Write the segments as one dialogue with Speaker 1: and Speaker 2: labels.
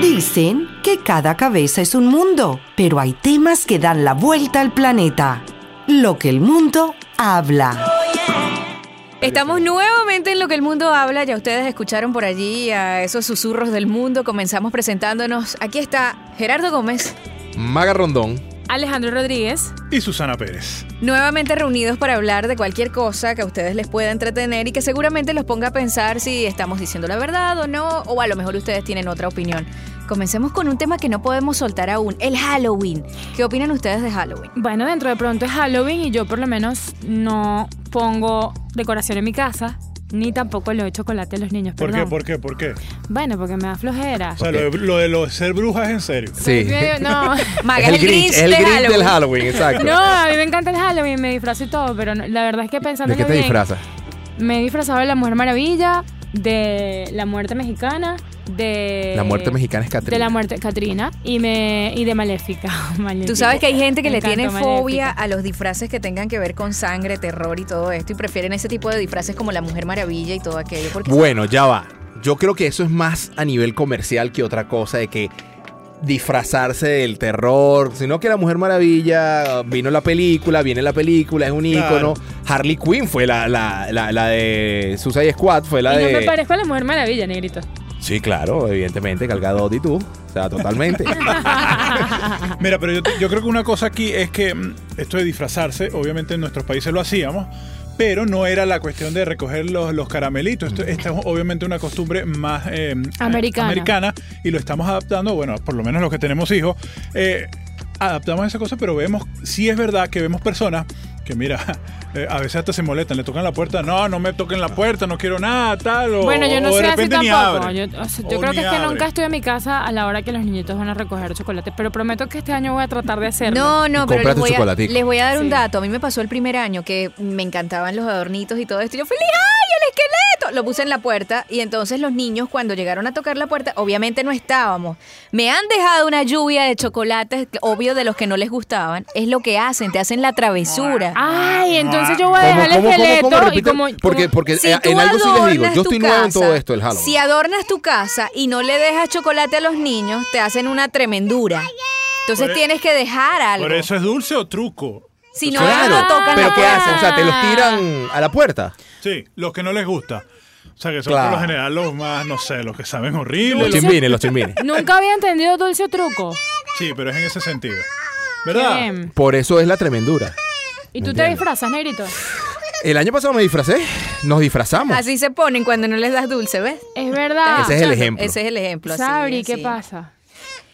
Speaker 1: Dicen que cada cabeza es un mundo, pero hay temas que dan la vuelta al planeta. Lo que el mundo habla.
Speaker 2: Estamos nuevamente en lo que el mundo habla, ya ustedes escucharon por allí a esos susurros del mundo, comenzamos presentándonos. Aquí está Gerardo Gómez,
Speaker 3: Maga Rondón.
Speaker 4: Alejandro Rodríguez.
Speaker 5: y Susana Pérez.
Speaker 2: nuevamente reunidos para hablar de cualquier cosa que a ustedes les pueda entretener y que seguramente los ponga a pensar si estamos diciendo la verdad o no, o a lo mejor ustedes tienen otra opinión. Comencemos con un tema que no podemos soltar aún, el Halloween. ¿Qué opinan ustedes de Halloween?
Speaker 4: Bueno, dentro de pronto es Halloween y yo por lo menos no pongo decoración en mi casa, ni tampoco le doy chocolate a los niños.
Speaker 5: ¿Por qué?
Speaker 4: perdón.
Speaker 5: ¿Por qué? ¿Por qué?
Speaker 4: Bueno, porque me da flojera.
Speaker 5: O sea, lo de, lo de lo de ser brujas es en serio.
Speaker 3: Sí.
Speaker 4: No,
Speaker 2: Maga, es
Speaker 3: es el Grinch del Halloween, exacto.
Speaker 4: no, a mí me encanta el Halloween, me disfrazo y todo, pero no- la verdad es que pensando
Speaker 3: ¿De qué te disfrazas?
Speaker 4: me he disfrazado de la Mujer Maravilla, de la muerte mexicana, de...
Speaker 3: La muerte mexicana es Catrina.
Speaker 4: Eh, De la muerte, Catrina, y, me, y de Maléfica.
Speaker 2: Tú sabes que hay gente que
Speaker 4: Me
Speaker 2: le tiene
Speaker 4: encanta
Speaker 2: fobia
Speaker 4: Maléfica.
Speaker 2: a los disfraces que tengan que ver con sangre, terror y todo esto y prefieren ese tipo de disfraces como la Mujer Maravilla y todo aquello. Porque
Speaker 3: Bueno, ya va. Yo creo que eso es más a nivel comercial que otra cosa de que disfrazarse del terror, sino que la Mujer Maravilla vino la película, viene la película, es un
Speaker 5: Claro.
Speaker 3: ícono. Harley Quinn fue la, la, la, la de Suicide Squad, fue la
Speaker 4: Y
Speaker 3: de...
Speaker 4: no me parezco a la Mujer Maravilla, negrito.
Speaker 3: Sí, claro, evidentemente, Calgadot y tú. O sea, totalmente.
Speaker 5: Mira, pero yo, yo creo que una cosa aquí es que mm, esto de disfrazarse, obviamente en nuestros países lo hacíamos, pero no era la cuestión de recoger los, los caramelitos. Esto, esta es obviamente una costumbre más eh,
Speaker 4: Americana.
Speaker 5: americana y lo estamos adaptando, bueno, por lo menos los que tenemos hijos, eh, adaptamos esa cosa, pero vemos, sí es verdad que vemos personas que mira, eh, a veces hasta se molestan, le tocan la puerta, no, no me toquen la puerta, no quiero nada, tal, o,
Speaker 4: Bueno, yo no
Speaker 5: o de
Speaker 4: sé así
Speaker 5: repente ni
Speaker 4: tampoco.
Speaker 5: abre.
Speaker 4: Yo, o sea, yo
Speaker 5: O
Speaker 4: creo
Speaker 5: ni
Speaker 4: que es que
Speaker 5: abre.
Speaker 4: nunca estoy en mi casa a la hora que los niñitos van a recoger chocolate, pero prometo que este año voy a tratar de hacerlo.
Speaker 2: No, no, pero
Speaker 3: Compra
Speaker 2: les
Speaker 3: tu
Speaker 2: voy, a,
Speaker 3: chocolatico.
Speaker 2: les voy a dar un
Speaker 4: Sí.
Speaker 2: dato. A mí me pasó el primer año que me encantaban los adornitos y todo esto. Y yo feliz, ¡ay, el esqueleto! Lo puse en la puerta y entonces los niños cuando llegaron a tocar la puerta, obviamente no estábamos. Me han dejado una lluvia de chocolates, obvio de los que no les gustaban. Es lo que hacen, te hacen la
Speaker 4: Ah,
Speaker 2: travesura.
Speaker 4: Ay, entonces yo voy a dejar el
Speaker 3: Ah. ¿Cómo, cómo,
Speaker 4: esqueleto
Speaker 3: cómo, cómo?
Speaker 4: y
Speaker 3: Repite,
Speaker 4: como.
Speaker 3: porque
Speaker 4: como-
Speaker 3: porque
Speaker 2: Si
Speaker 3: eh,
Speaker 2: tú
Speaker 3: en algo sí les digo,
Speaker 2: adornas
Speaker 3: yo
Speaker 2: tu
Speaker 3: estoy nuevo en
Speaker 2: casa,
Speaker 3: todo esto, el Halloween.
Speaker 2: Si adornas tu casa y no le dejas chocolate a los niños, te hacen una
Speaker 4: Oh
Speaker 2: tremendura. Entonces
Speaker 5: Por e-
Speaker 2: tienes que dejar algo.
Speaker 5: ¿Por eso es dulce o truco?
Speaker 2: si no,
Speaker 3: claro,
Speaker 2: ellos no tocan
Speaker 3: pero
Speaker 2: la
Speaker 3: ¿qué
Speaker 2: puerta.
Speaker 3: hacen? O sea, te los tiran a la puerta.
Speaker 5: Sí, los que no les gusta. O sea, que son
Speaker 3: Claro.
Speaker 5: por lo general los más, no sé, los que saben
Speaker 3: Los
Speaker 5: horrible. los-
Speaker 3: chimbines, los chimbines.
Speaker 4: Nunca había entendido dulce o truco.
Speaker 5: Sí, pero es en ese sentido. ¿Verdad?
Speaker 4: Bien.
Speaker 3: Por eso es la tremendura.
Speaker 4: ¿Y tú
Speaker 3: Entiendo.
Speaker 4: te disfrazas, negrito?
Speaker 3: El año pasado me disfracé, nos disfrazamos.
Speaker 2: Así se ponen cuando no les das dulce, ¿ves?
Speaker 4: Es verdad.
Speaker 3: Ese es el ejemplo.
Speaker 2: Ese es el ejemplo. así,
Speaker 4: Sabri, ¿qué
Speaker 2: así.
Speaker 4: pasa?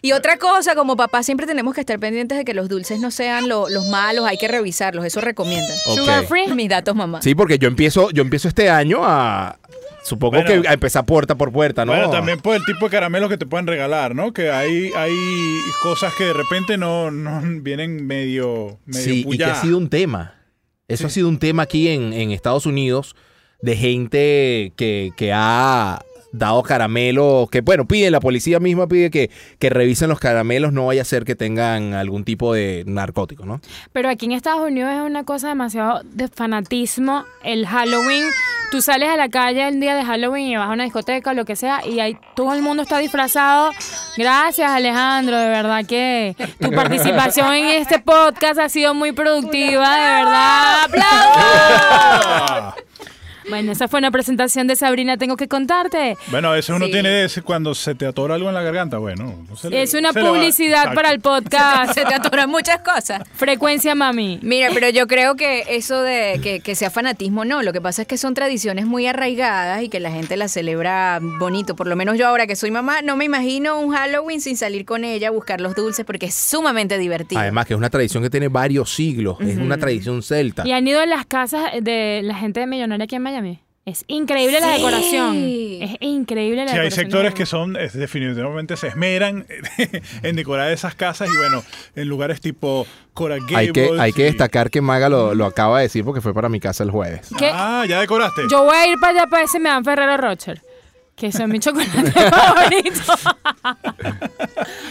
Speaker 2: Y otra cosa, como papá siempre tenemos que estar pendientes de que los dulces no sean lo- los malos, hay que revisarlos, eso recomiendan.
Speaker 3: Ok.
Speaker 4: Sugar free.
Speaker 2: Mis datos, mamá.
Speaker 3: Sí, porque yo empiezo, yo empiezo este año a supongo
Speaker 5: Bueno.
Speaker 3: que a empezar puerta por puerta, Ah, ¿no?
Speaker 5: Bueno, también por el tipo de caramelos que te pueden regalar, ¿no? Que hay, hay cosas que de repente no, no vienen medio, medio
Speaker 3: Sí, y que
Speaker 5: puyadas.
Speaker 3: ha sido un tema. Eso ha sido un tema aquí en, en Estados Unidos de gente que, que ha dado caramelos, que bueno, pide, la policía misma pide que, que revisen los caramelos, no vaya a ser que tengan algún tipo de narcótico, ¿no?
Speaker 4: Pero aquí en Estados Unidos es una cosa demasiado de fanatismo el Halloween. Tú sales a la calle el día de Halloween y vas a una discoteca o lo que sea y ahí todo el mundo está disfrazado. Gracias Alejandro, de verdad que tu participación en este podcast ha sido muy productiva, de verdad. ¡Aplausos!
Speaker 5: Ah,
Speaker 4: Bueno, esa fue una presentación de Sabrina, tengo que contarte.
Speaker 5: Bueno, a veces uno
Speaker 2: Sí.
Speaker 5: tiene ese- cuando se te atora algo en la garganta, bueno. no se le-
Speaker 4: Es una
Speaker 5: se le va-
Speaker 4: publicidad
Speaker 5: Exacto.
Speaker 4: para el podcast.
Speaker 2: Se te atoran muchas cosas.
Speaker 4: Frecuencia mami.
Speaker 2: Mira, pero yo creo que eso de que, que sea fanatismo, no. Lo que pasa es que son tradiciones muy arraigadas y que la gente las celebra bonito. Por lo menos yo ahora que soy mamá, no me imagino un Halloween sin salir con ella a buscar los dulces porque es sumamente divertido.
Speaker 3: Además que es una tradición que tiene varios siglos, es una tradición celta.
Speaker 4: Y han ido a las casas de la gente millonaria aquí en Miami. Es increíble
Speaker 2: Sí.
Speaker 4: la decoración. Es increíble la
Speaker 5: Sí, hay
Speaker 4: decoración.
Speaker 5: sectores que son, es- definitivamente se esmeran en decorar esas casas y bueno, en lugares tipo Cora
Speaker 3: Hay que,
Speaker 5: Gables
Speaker 3: hay que
Speaker 5: y-
Speaker 3: destacar que Maga lo, lo acaba de decir porque fue para mi casa el jueves.
Speaker 4: ¿Qué?
Speaker 5: Ah, ya decoraste.
Speaker 4: Yo voy a ir para allá para ese me dan Ferrero Rocher. Que son mi chocolate favorito.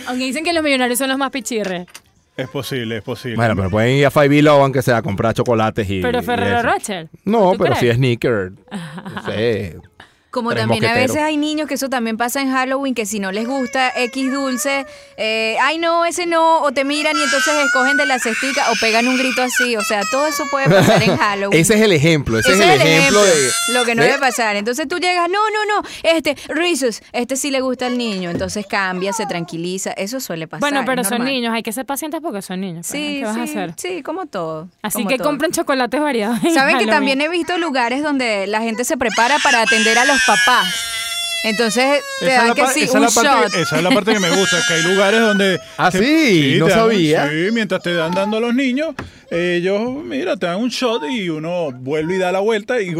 Speaker 4: Aunque dicen que los millonarios son los más pichirres.
Speaker 5: Es posible, es posible.
Speaker 3: Bueno, pero pueden ir a Five Below aunque sea a comprar chocolates y...
Speaker 4: Pero
Speaker 3: y
Speaker 4: Ferrero
Speaker 3: eso.
Speaker 4: Rocher.
Speaker 3: No,
Speaker 4: ¿Tú
Speaker 3: pero
Speaker 4: crees?
Speaker 3: sí es sneaker. No sé.
Speaker 2: Como
Speaker 3: Tres
Speaker 2: también a
Speaker 3: mosqueteros.
Speaker 2: veces hay niños que eso también pasa en Halloween, que si no les gusta X dulce, eh, ay no, ese no, o te miran y entonces escogen de la cestica o pegan un grito así. O sea, todo eso puede pasar en Halloween.
Speaker 3: Ese es el ejemplo, ese, es el ejemplo, de...
Speaker 2: Lo que no
Speaker 3: de-
Speaker 2: debe pasar. Entonces tú llegas, no, no, no, este, Reese's, este sí le gusta al niño. Entonces cambia, se tranquiliza. Eso suele pasar.
Speaker 4: Bueno, pero
Speaker 2: es
Speaker 4: son
Speaker 2: normal.
Speaker 4: niños, hay que ser pacientes porque son niños. pues,
Speaker 2: Sí,
Speaker 4: ¿Qué vas
Speaker 2: sí,
Speaker 4: a hacer?
Speaker 2: sí, como todo.
Speaker 4: Así
Speaker 2: como
Speaker 4: que
Speaker 2: todo.
Speaker 4: compren chocolates variados. en
Speaker 2: Saben que
Speaker 4: Halloween.
Speaker 2: también he visto lugares donde la gente se prepara para atender a los papás. Entonces te
Speaker 5: Esa es
Speaker 2: dan
Speaker 5: la
Speaker 2: que
Speaker 5: par-
Speaker 2: sí,
Speaker 5: esa es
Speaker 2: un
Speaker 5: la parte
Speaker 2: shot.
Speaker 5: que- esa es la parte que me gusta, que hay lugares donde...
Speaker 3: Ah,
Speaker 5: te-
Speaker 3: sí, no
Speaker 5: te dan-
Speaker 3: sabía.
Speaker 5: sí, mientras te dan dando a los niños, ellos, mira, te dan un shot y uno vuelve y da la vuelta y...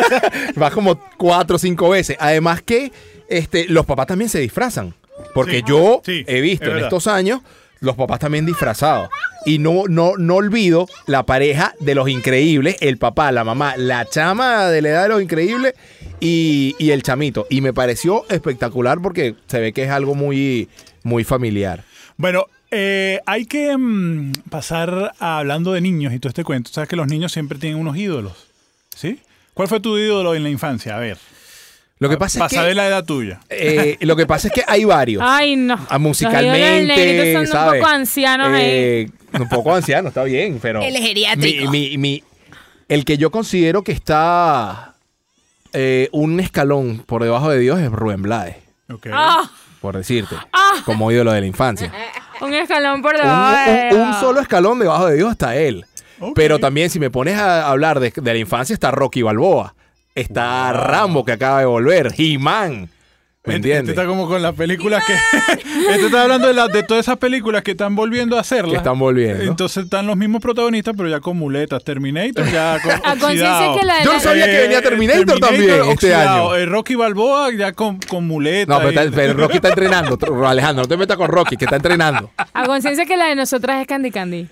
Speaker 3: Vas como cuatro o cinco veces. Además que este, los papás también se disfrazan. Porque
Speaker 5: Sí,
Speaker 3: yo
Speaker 5: sí,
Speaker 3: he visto
Speaker 5: es
Speaker 3: en
Speaker 5: verdad.
Speaker 3: estos años los papás también disfrazados. Y no, no, no olvido la pareja de los increíbles, el papá, la mamá, la chama de la edad de los increíbles y, y el chamito. Y me pareció espectacular porque se ve que es algo muy, muy familiar.
Speaker 5: Bueno, eh, hay que mm, pasar a hablando de niños y todo este cuento. Sabes que los niños siempre tienen unos ídolos, ¿sí? ¿Cuál fue tu ídolo en la infancia? A ver,
Speaker 3: Lo que pasa es
Speaker 5: Ah, pasa de
Speaker 3: que,
Speaker 5: la edad tuya.
Speaker 3: eh, lo que pasa es que hay varios.
Speaker 4: Ay, no.
Speaker 3: Ah,
Speaker 4: Los ídolos del
Speaker 3: musicalmente,
Speaker 4: negrito son
Speaker 3: ¿sabes?
Speaker 4: un poco ancianos ahí.
Speaker 3: Eh, Un poco anciano, está bien, pero...
Speaker 2: El geriátrico.
Speaker 3: Mi, mi- mi- el que yo considero que está eh, un escalón por debajo de Dios es Rubén Blades,
Speaker 5: Ok.
Speaker 4: Ah,
Speaker 3: por decirte, como ídolo de la infancia.
Speaker 4: un escalón por
Speaker 3: Un,
Speaker 4: debajo.
Speaker 3: un-
Speaker 4: de-
Speaker 3: un solo escalón debajo de Dios está él.
Speaker 5: Ok.
Speaker 3: Pero también si me pones a hablar de, de la infancia está Rocky Balboa, está Rambo que acaba de volver, He-Man. ¿Me
Speaker 5: Este- Este
Speaker 3: entiendes?
Speaker 5: está como con las películas que. este está hablando de, las de todas esas películas que están volviendo a hacerlas.
Speaker 3: Que están volviendo.
Speaker 5: Entonces están los mismos protagonistas, pero ya con muletas. Terminator, ya con.
Speaker 4: A conciencia
Speaker 5: oxidado.
Speaker 4: que la de
Speaker 3: Yo no
Speaker 4: la-
Speaker 3: sabía que venía Terminator también este
Speaker 5: oxidado.
Speaker 3: año.
Speaker 5: Eh, Rocky Balboa, ya con, con muletas.
Speaker 3: No, pero,
Speaker 5: y-
Speaker 3: está- pero Rocky está entrenando. tro- Alejandro, no te metas con Rocky, que está entrenando.
Speaker 4: A conciencia que la de nosotras es Candy Candy.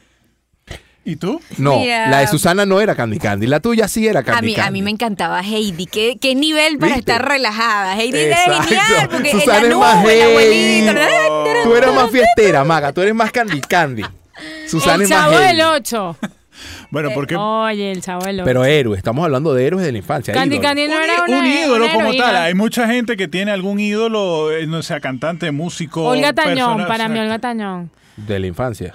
Speaker 5: ¿Y tú?
Speaker 3: No,
Speaker 2: Mira.
Speaker 3: la de Susana no era Candy Candy, la tuya sí era Candy
Speaker 2: A mí,
Speaker 3: Candy.
Speaker 2: a mí me encantaba Heidi. Qué, qué nivel para
Speaker 3: ¿Viste?
Speaker 2: estar relajada. Heidi era
Speaker 3: Exacto.
Speaker 2: genial. Porque
Speaker 3: Susana
Speaker 2: ella
Speaker 3: es
Speaker 2: no,
Speaker 3: más
Speaker 2: el
Speaker 3: Heidi.
Speaker 2: abuelito. ¿verdad?
Speaker 3: Tú eras más fiestera, Maga. Tú eres más Candy Candy. Susana
Speaker 4: El
Speaker 3: es más
Speaker 4: chavo
Speaker 3: Heidi.
Speaker 4: del 8.
Speaker 5: Bueno,
Speaker 4: Eh,
Speaker 5: porque.
Speaker 4: Oye, el chavo del 8.
Speaker 3: Pero héroe, estamos hablando de héroes de la infancia.
Speaker 4: Candy
Speaker 3: ídolos.
Speaker 4: Candy no
Speaker 5: un,
Speaker 4: era
Speaker 5: í-
Speaker 4: una,
Speaker 5: un ídolo
Speaker 4: una
Speaker 5: como
Speaker 4: heroína.
Speaker 5: tal. Hay mucha gente que tiene algún ídolo, eh, no sea cantante, músico.
Speaker 4: Olga Tañón,
Speaker 5: persona-
Speaker 4: para mí,
Speaker 5: exacto.
Speaker 4: Olga Tañón.
Speaker 3: De la infancia.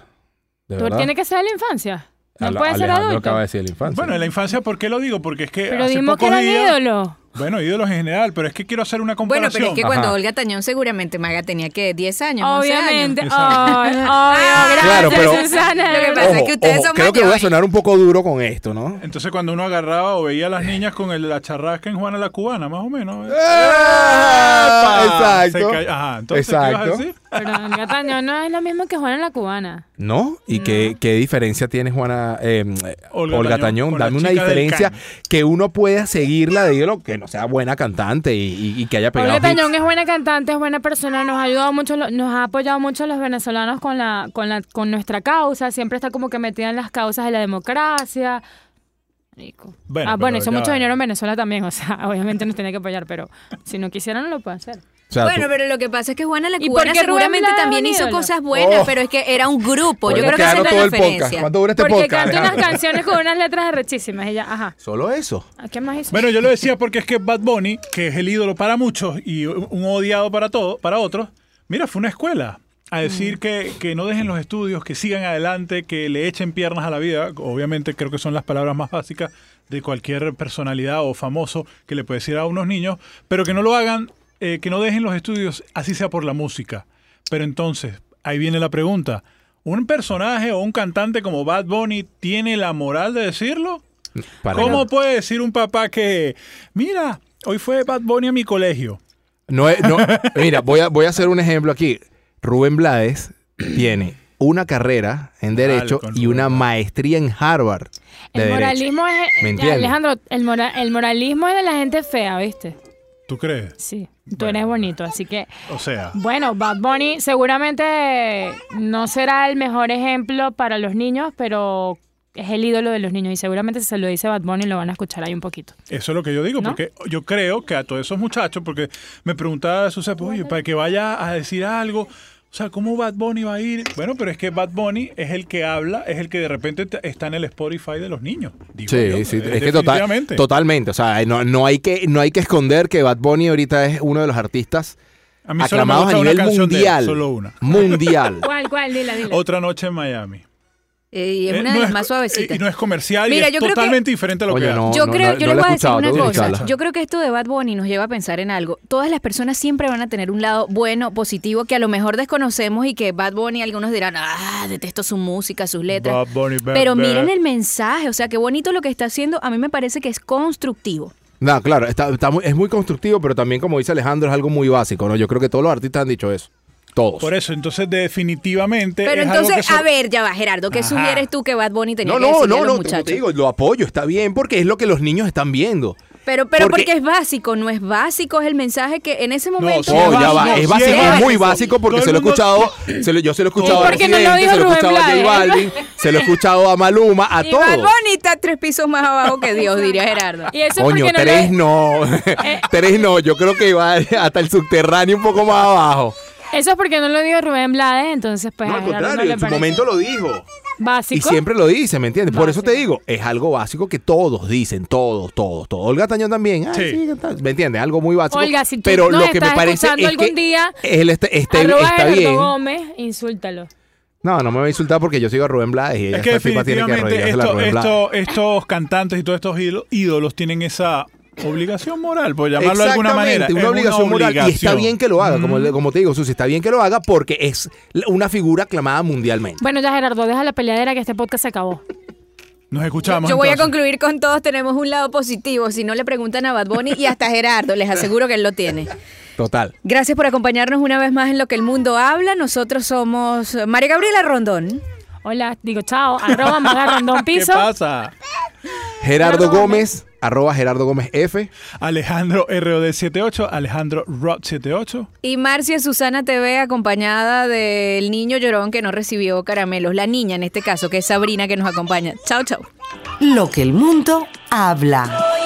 Speaker 3: De
Speaker 4: Tú
Speaker 3: verdad.
Speaker 4: tiene que ser de la infancia. No
Speaker 3: Ale-
Speaker 4: puede ser
Speaker 3: Alejandro
Speaker 4: adulto.
Speaker 3: acaba de decir la infancia.
Speaker 5: Bueno, en la infancia, ¿por qué lo digo? Porque es que.
Speaker 4: Pero
Speaker 5: hace
Speaker 4: dimos que
Speaker 5: pocos
Speaker 4: era
Speaker 5: días-
Speaker 4: ídolo.
Speaker 5: Bueno, ídolos en general, pero es que quiero hacer una
Speaker 2: Bueno,
Speaker 5: comparación.
Speaker 2: pero es que cuando
Speaker 3: Ajá.
Speaker 2: Olga Tañón seguramente Maga tenía que 10 años. 11 años.
Speaker 4: Obviamente.
Speaker 5: años. Ah.
Speaker 4: Ay, obvio, gracias,
Speaker 3: Claro, pero-
Speaker 4: Susana.
Speaker 2: Lo que pasa- es que ustedes son
Speaker 3: creo que voy a
Speaker 2: mayores.
Speaker 3: sonar un poco duro con esto, ¿no?
Speaker 5: Entonces cuando uno agarraba o veía a las niñas con el, la charrasca en Juana la Cubana, más o menos. eh.
Speaker 3: ¡Ah!
Speaker 5: ¡Epa!
Speaker 3: Exacto.
Speaker 5: Se cayó. Ajá, entonces, ¿qué ibas a decir?
Speaker 4: Pero Olga Tañón no es lo mismo que Juana la Cubana.
Speaker 3: ¿No? ¿Y Qué, qué diferencia tiene Juana eh, Olga,
Speaker 5: Olga
Speaker 3: Tañón?
Speaker 5: Tañón con la
Speaker 3: Dame una
Speaker 5: chica del
Speaker 3: diferencia
Speaker 5: can.
Speaker 3: que uno pueda seguirla de lo que no sea buena cantante y, y- y que haya pegado.
Speaker 4: Olga
Speaker 3: hits.
Speaker 4: Tañón es buena cantante, es buena persona, nos ha ayudado mucho, lo- nos ha apoyado mucho a los venezolanos con la, con la, con nuestra causa, siempre está como que metida en las causas de la democracia. Rico.
Speaker 5: Bueno,
Speaker 4: ah,
Speaker 5: pero
Speaker 4: bueno, hizo
Speaker 5: ya-
Speaker 4: mucho dinero en Venezuela también, o sea, obviamente nos tenía que apoyar, pero si no quisieran no lo puede hacer.
Speaker 3: O sea,
Speaker 2: Bueno,
Speaker 3: tú-
Speaker 2: pero lo que pasa es que Juana la
Speaker 4: ¿Y
Speaker 2: Cubana
Speaker 4: por qué Rubén
Speaker 2: seguramente
Speaker 4: Blades es
Speaker 2: también
Speaker 4: un
Speaker 2: hizo
Speaker 4: ídolo?
Speaker 2: cosas buenas,
Speaker 3: Oh.
Speaker 2: pero es que era un grupo. Yo
Speaker 3: podemos
Speaker 2: creo que esa
Speaker 3: quedarnos
Speaker 2: es
Speaker 3: todo
Speaker 2: la
Speaker 3: el podcast.
Speaker 2: diferencia.
Speaker 3: ¿Cuánto dura este
Speaker 4: Porque
Speaker 3: podcast?
Speaker 4: canta unas
Speaker 3: Alejandro?
Speaker 4: canciones con unas letras rechísimas, ella, ajá.
Speaker 3: Solo eso.
Speaker 4: ¿A ¿Qué más hizo?
Speaker 5: Bueno, yo lo decía porque es que Bad Bunny, que es el ídolo para muchos y un odiado para todo, para otros, mira, fue una escuela a decir que, que no dejen los estudios, que sigan adelante, que le echen piernas a la vida. Obviamente creo que son las palabras más básicas de cualquier personalidad o famoso que le puede decir a unos niños, pero que no lo hagan, eh, que no dejen los estudios, así sea por la música. Pero entonces, ahí viene la pregunta. ¿Un personaje o un cantante como Bad Bunny tiene la moral de decirlo?
Speaker 3: Para
Speaker 5: ¿Cómo
Speaker 3: nada.
Speaker 5: puede decir un papá que, mira, hoy fue Bad Bunny a mi colegio?
Speaker 3: No es- no- mira, voy a, voy a hacer un ejemplo aquí. Rubén Blades tiene una carrera en
Speaker 5: Dale,
Speaker 3: Derecho
Speaker 5: con
Speaker 3: y una
Speaker 5: Rubén.
Speaker 3: maestría en Harvard. de
Speaker 4: el
Speaker 3: Derecho.
Speaker 4: moralismo es.
Speaker 3: ¿Me
Speaker 4: eh,
Speaker 3: entiendes?
Speaker 4: Alejandro, el, mora- el moralismo es de la gente fea, ¿viste?
Speaker 5: ¿Tú crees?
Speaker 4: Sí. Tú eres bonito, así que.
Speaker 5: O sea,
Speaker 4: Bueno, Bad Bunny seguramente no será el mejor ejemplo para los niños, pero es el ídolo de los niños y seguramente si se lo dice Bad Bunny lo van a escuchar ahí un poquito.
Speaker 5: eso es lo que yo digo,
Speaker 4: ¿No?
Speaker 5: porque yo creo que a todos esos muchachos, porque me preguntaba Susep, oye, para que vaya a decir algo, O sea, ¿cómo Bad Bunny va a ir? Bueno, pero es que Bad Bunny es el que habla, es el que de repente te- está en el Spotify de los niños. Digo yo,
Speaker 3: Sí, sí,
Speaker 5: eh,
Speaker 3: es que total,
Speaker 5: definitivamente.
Speaker 3: totalmente. O sea, no, no, hay que, no hay que esconder que Bad Bunny ahorita es uno de los artistas
Speaker 5: A mí solo me
Speaker 3: aclamados a
Speaker 5: gusta una
Speaker 3: nivel
Speaker 5: canción de él,
Speaker 3: mundial.
Speaker 5: solo una.
Speaker 3: Mundial.
Speaker 4: ¿Cuál, cuál? Dila, dila.
Speaker 3: Oh,
Speaker 5: Otra noche en Miami.
Speaker 2: Eh, y es
Speaker 5: Eh,
Speaker 2: una
Speaker 5: no
Speaker 2: de las más
Speaker 5: co-
Speaker 2: suavecitas.
Speaker 5: Y no es comercial
Speaker 2: Mira,
Speaker 5: y
Speaker 2: yo
Speaker 5: es
Speaker 2: creo que-
Speaker 5: totalmente diferente a lo
Speaker 3: Oye,
Speaker 5: que hace.
Speaker 3: no.
Speaker 2: Yo creo, yo
Speaker 3: la
Speaker 2: les voy a
Speaker 3: he
Speaker 2: decir
Speaker 3: escuchado,
Speaker 2: una
Speaker 3: tengo que
Speaker 2: cosa.
Speaker 3: escucharla.
Speaker 2: Yo creo que esto de Bad Bunny nos lleva a pensar en algo. Todas las personas siempre van a tener un lado bueno, positivo, que a lo mejor desconocemos y que Bad Bunny algunos dirán, ah, detesto su música, sus letras.
Speaker 5: Bad Bunny, bad,
Speaker 2: Pero
Speaker 5: bad.
Speaker 2: miren el mensaje, o sea, qué bonito lo que está haciendo. A mí me parece que es constructivo.
Speaker 3: No, claro, está, está muy- es muy constructivo, pero también, como dice Alejandro, es algo muy básico, ¿no? Yo creo que todos los artistas han dicho eso. Todos.
Speaker 5: Por eso, entonces definitivamente.
Speaker 2: Pero
Speaker 5: Eh, es algo que
Speaker 2: entonces,
Speaker 5: sor-
Speaker 2: a ver, ya va, Gerardo, ¿qué
Speaker 5: Ajá.
Speaker 2: sugieres tú que Bad Bunny tenía
Speaker 3: no,
Speaker 2: que
Speaker 3: no,
Speaker 2: decirle a
Speaker 3: no,
Speaker 2: los
Speaker 3: no, te
Speaker 2: muchachos?
Speaker 3: digo, lo apoyo, está bien, porque es lo que los niños están viendo.
Speaker 2: pero pero
Speaker 3: porque-
Speaker 2: porque... es básico, no es básico, es el mensaje que en ese momento...
Speaker 5: sí,
Speaker 3: Oh,
Speaker 5: es
Speaker 3: ya
Speaker 5: básico,
Speaker 3: va, es
Speaker 5: sí,
Speaker 3: básico,
Speaker 5: es
Speaker 3: es muy
Speaker 2: básico.
Speaker 3: básico porque
Speaker 5: Todo
Speaker 3: se lo he
Speaker 5: el mundo-
Speaker 3: escuchado, se lo- yo se lo he escuchado a
Speaker 4: ¿Y por qué no lo
Speaker 3: Residente,
Speaker 4: dijo
Speaker 3: se lo he
Speaker 4: Rubén
Speaker 3: escuchado a J
Speaker 4: Blades?
Speaker 3: Balvin, se lo he escuchado a Maluma, a
Speaker 2: Y
Speaker 3: todos.
Speaker 2: Bad Bunny está tres pisos más abajo que Dios, diría Gerardo.
Speaker 4: Y eso
Speaker 3: Coño,
Speaker 4: porque no Eh,
Speaker 3: tres
Speaker 4: le-
Speaker 3: no. tres no, yo creo que va hasta el subterráneo un poco más abajo.
Speaker 4: Eso es porque no lo dijo Rubén Blades, entonces pues...
Speaker 3: No,
Speaker 4: a
Speaker 3: al
Speaker 4: Gerardo no
Speaker 3: contrario,
Speaker 4: le
Speaker 3: en su
Speaker 4: parece.
Speaker 3: momento lo dijo. Y
Speaker 4: Básico.
Speaker 3: siempre lo dice, ¿me entiendes? Por eso te
Speaker 4: Básico.
Speaker 3: digo, es algo básico que todos dicen, todos, todos, todos. Olga Tañón también, ay,
Speaker 5: Sí.
Speaker 3: sí, tal, ¿me entiendes? Algo muy básico.
Speaker 4: Olga, si tú
Speaker 3: pero
Speaker 4: nos
Speaker 3: lo que me
Speaker 4: estás
Speaker 3: parece
Speaker 4: escuchando
Speaker 3: es
Speaker 4: algún
Speaker 3: que
Speaker 4: día,
Speaker 3: él está, está-
Speaker 4: Arroba
Speaker 3: está
Speaker 4: Gerardo
Speaker 3: bien.
Speaker 4: Gómez, insúltalo.
Speaker 3: No, no me va a insultar porque yo sigo a Rubén Blades y ella
Speaker 5: Es que
Speaker 3: esta tipa tiene que arrodillarse
Speaker 5: definitivamente
Speaker 3: a la
Speaker 5: esto-
Speaker 3: Rubén Blades.
Speaker 5: esto- estos cantantes y todos estos ídolo- ídolos tienen esa obligación moral, por llamarlo de alguna manera.
Speaker 3: Exactamente,
Speaker 5: Es
Speaker 3: una obligación moral. Y está
Speaker 5: obligación.
Speaker 3: bien que lo haga, como, como te digo, Susi, está bien que lo haga porque es la- una figura aclamada mundialmente.
Speaker 4: Bueno, ya Gerardo, deja la peleadera que este podcast se acabó.
Speaker 5: Nos escuchamos.
Speaker 2: Yo voy a
Speaker 5: entonces.
Speaker 2: concluir con todos tenemos un lado positivo. Si no le preguntan a Bad Bunny y hasta Gerardo, les aseguro que él lo tiene.
Speaker 3: Total.
Speaker 2: Gracias por acompañarnos una vez más en Lo que el mundo habla. Nosotros somos eh, María Gabriela Rondón.
Speaker 4: Hola, digo chao, arroba magarrondón
Speaker 5: ¿Qué
Speaker 4: piso.
Speaker 5: pasa?
Speaker 3: Gerardo Gómez, arroba Gerardo Gómez F.
Speaker 5: Alejandro ROD78, Alejandro Rod78.
Speaker 2: Y Marcia Susana TV, acompañada del niño llorón que no recibió caramelos. La niña, en este caso, que es Sabrina, que nos acompaña. Chao, chao.
Speaker 1: Lo que el mundo habla.